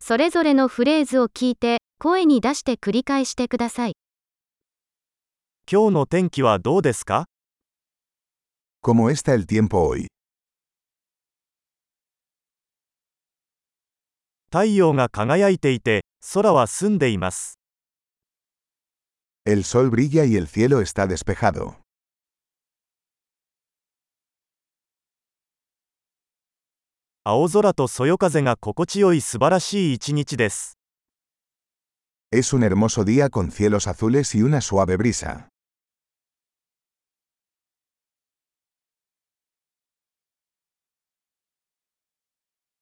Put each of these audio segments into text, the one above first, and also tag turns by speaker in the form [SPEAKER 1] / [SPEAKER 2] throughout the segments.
[SPEAKER 1] それぞれのフレーズを聞いて、声に出して繰り返してください。
[SPEAKER 2] 今日の天気はどうですか
[SPEAKER 3] ¿Cómo está el tiempo hoy?
[SPEAKER 2] 太陽が輝いていて、空は澄んでいます。
[SPEAKER 3] El sol brilla y el cielo está despejado.
[SPEAKER 2] 青空とそよ風が心地よい素晴らしい一日です。
[SPEAKER 3] Es un hermoso día con cielos azules y una suave brisa.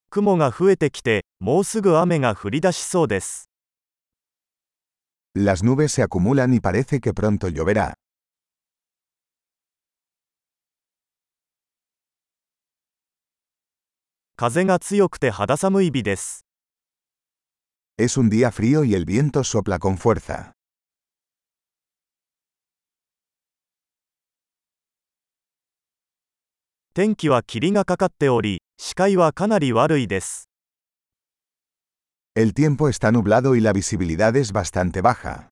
[SPEAKER 2] 雲が増えてきて、もうすぐ雨が降り出しそうです。
[SPEAKER 3] Las nubes se acumulan y parece que pronto lloverá.
[SPEAKER 2] 風が強くて肌寒い日です。
[SPEAKER 3] Es un día frío y el viento sopla con fuerza.
[SPEAKER 2] 天気は霧がかかっており、視界はかなり悪いです。
[SPEAKER 3] El tiempo está nublado y la visibilidad es bastante baja.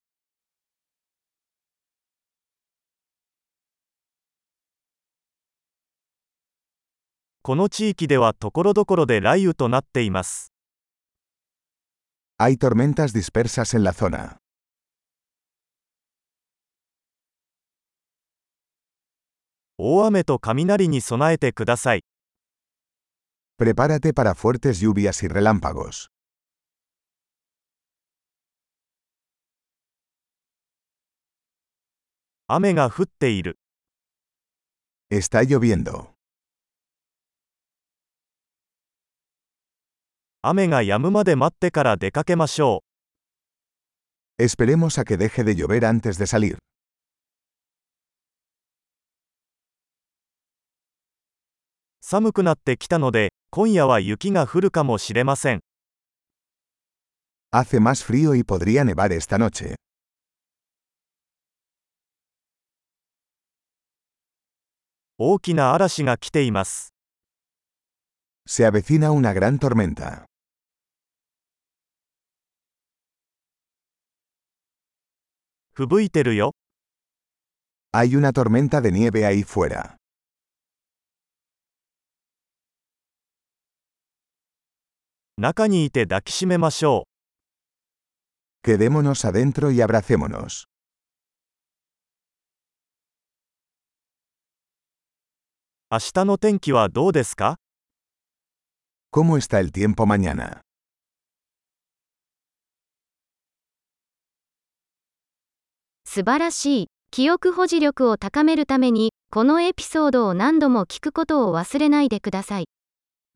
[SPEAKER 2] この地域ではところどころで雷雨となっています。
[SPEAKER 3] Hay tormentas dispersas en la zona.
[SPEAKER 2] 大雨と雷に備えてください。
[SPEAKER 3] Prepárate para fuertes lluvias y relámpagos.
[SPEAKER 2] 雨が降っている。
[SPEAKER 3] Está lloviendo.
[SPEAKER 2] 雨が止むまで待ってから出かけましょう。
[SPEAKER 3] Esperemos a que deje de llover antes de salir.
[SPEAKER 2] 寒くなってきたので、今夜は雪が降るかもしれません。
[SPEAKER 3] Hace más frío y podría nevar esta noche.
[SPEAKER 2] 大きな嵐が来ています。
[SPEAKER 3] Se avecina una gran tormenta.
[SPEAKER 2] 吹雪いてるよ。
[SPEAKER 3] Hay una tormenta de nieve ahí fuera.
[SPEAKER 2] 中にいて抱きしめましょう。
[SPEAKER 3] Quedémonos adentro y abracémonos.
[SPEAKER 2] 明日の天気はどうですか
[SPEAKER 3] ¿Cómo está el tiempo mañana?
[SPEAKER 1] 素晴らしい。記憶保持力を高めるために、このエピソードを何度も聞くことを忘れないでください。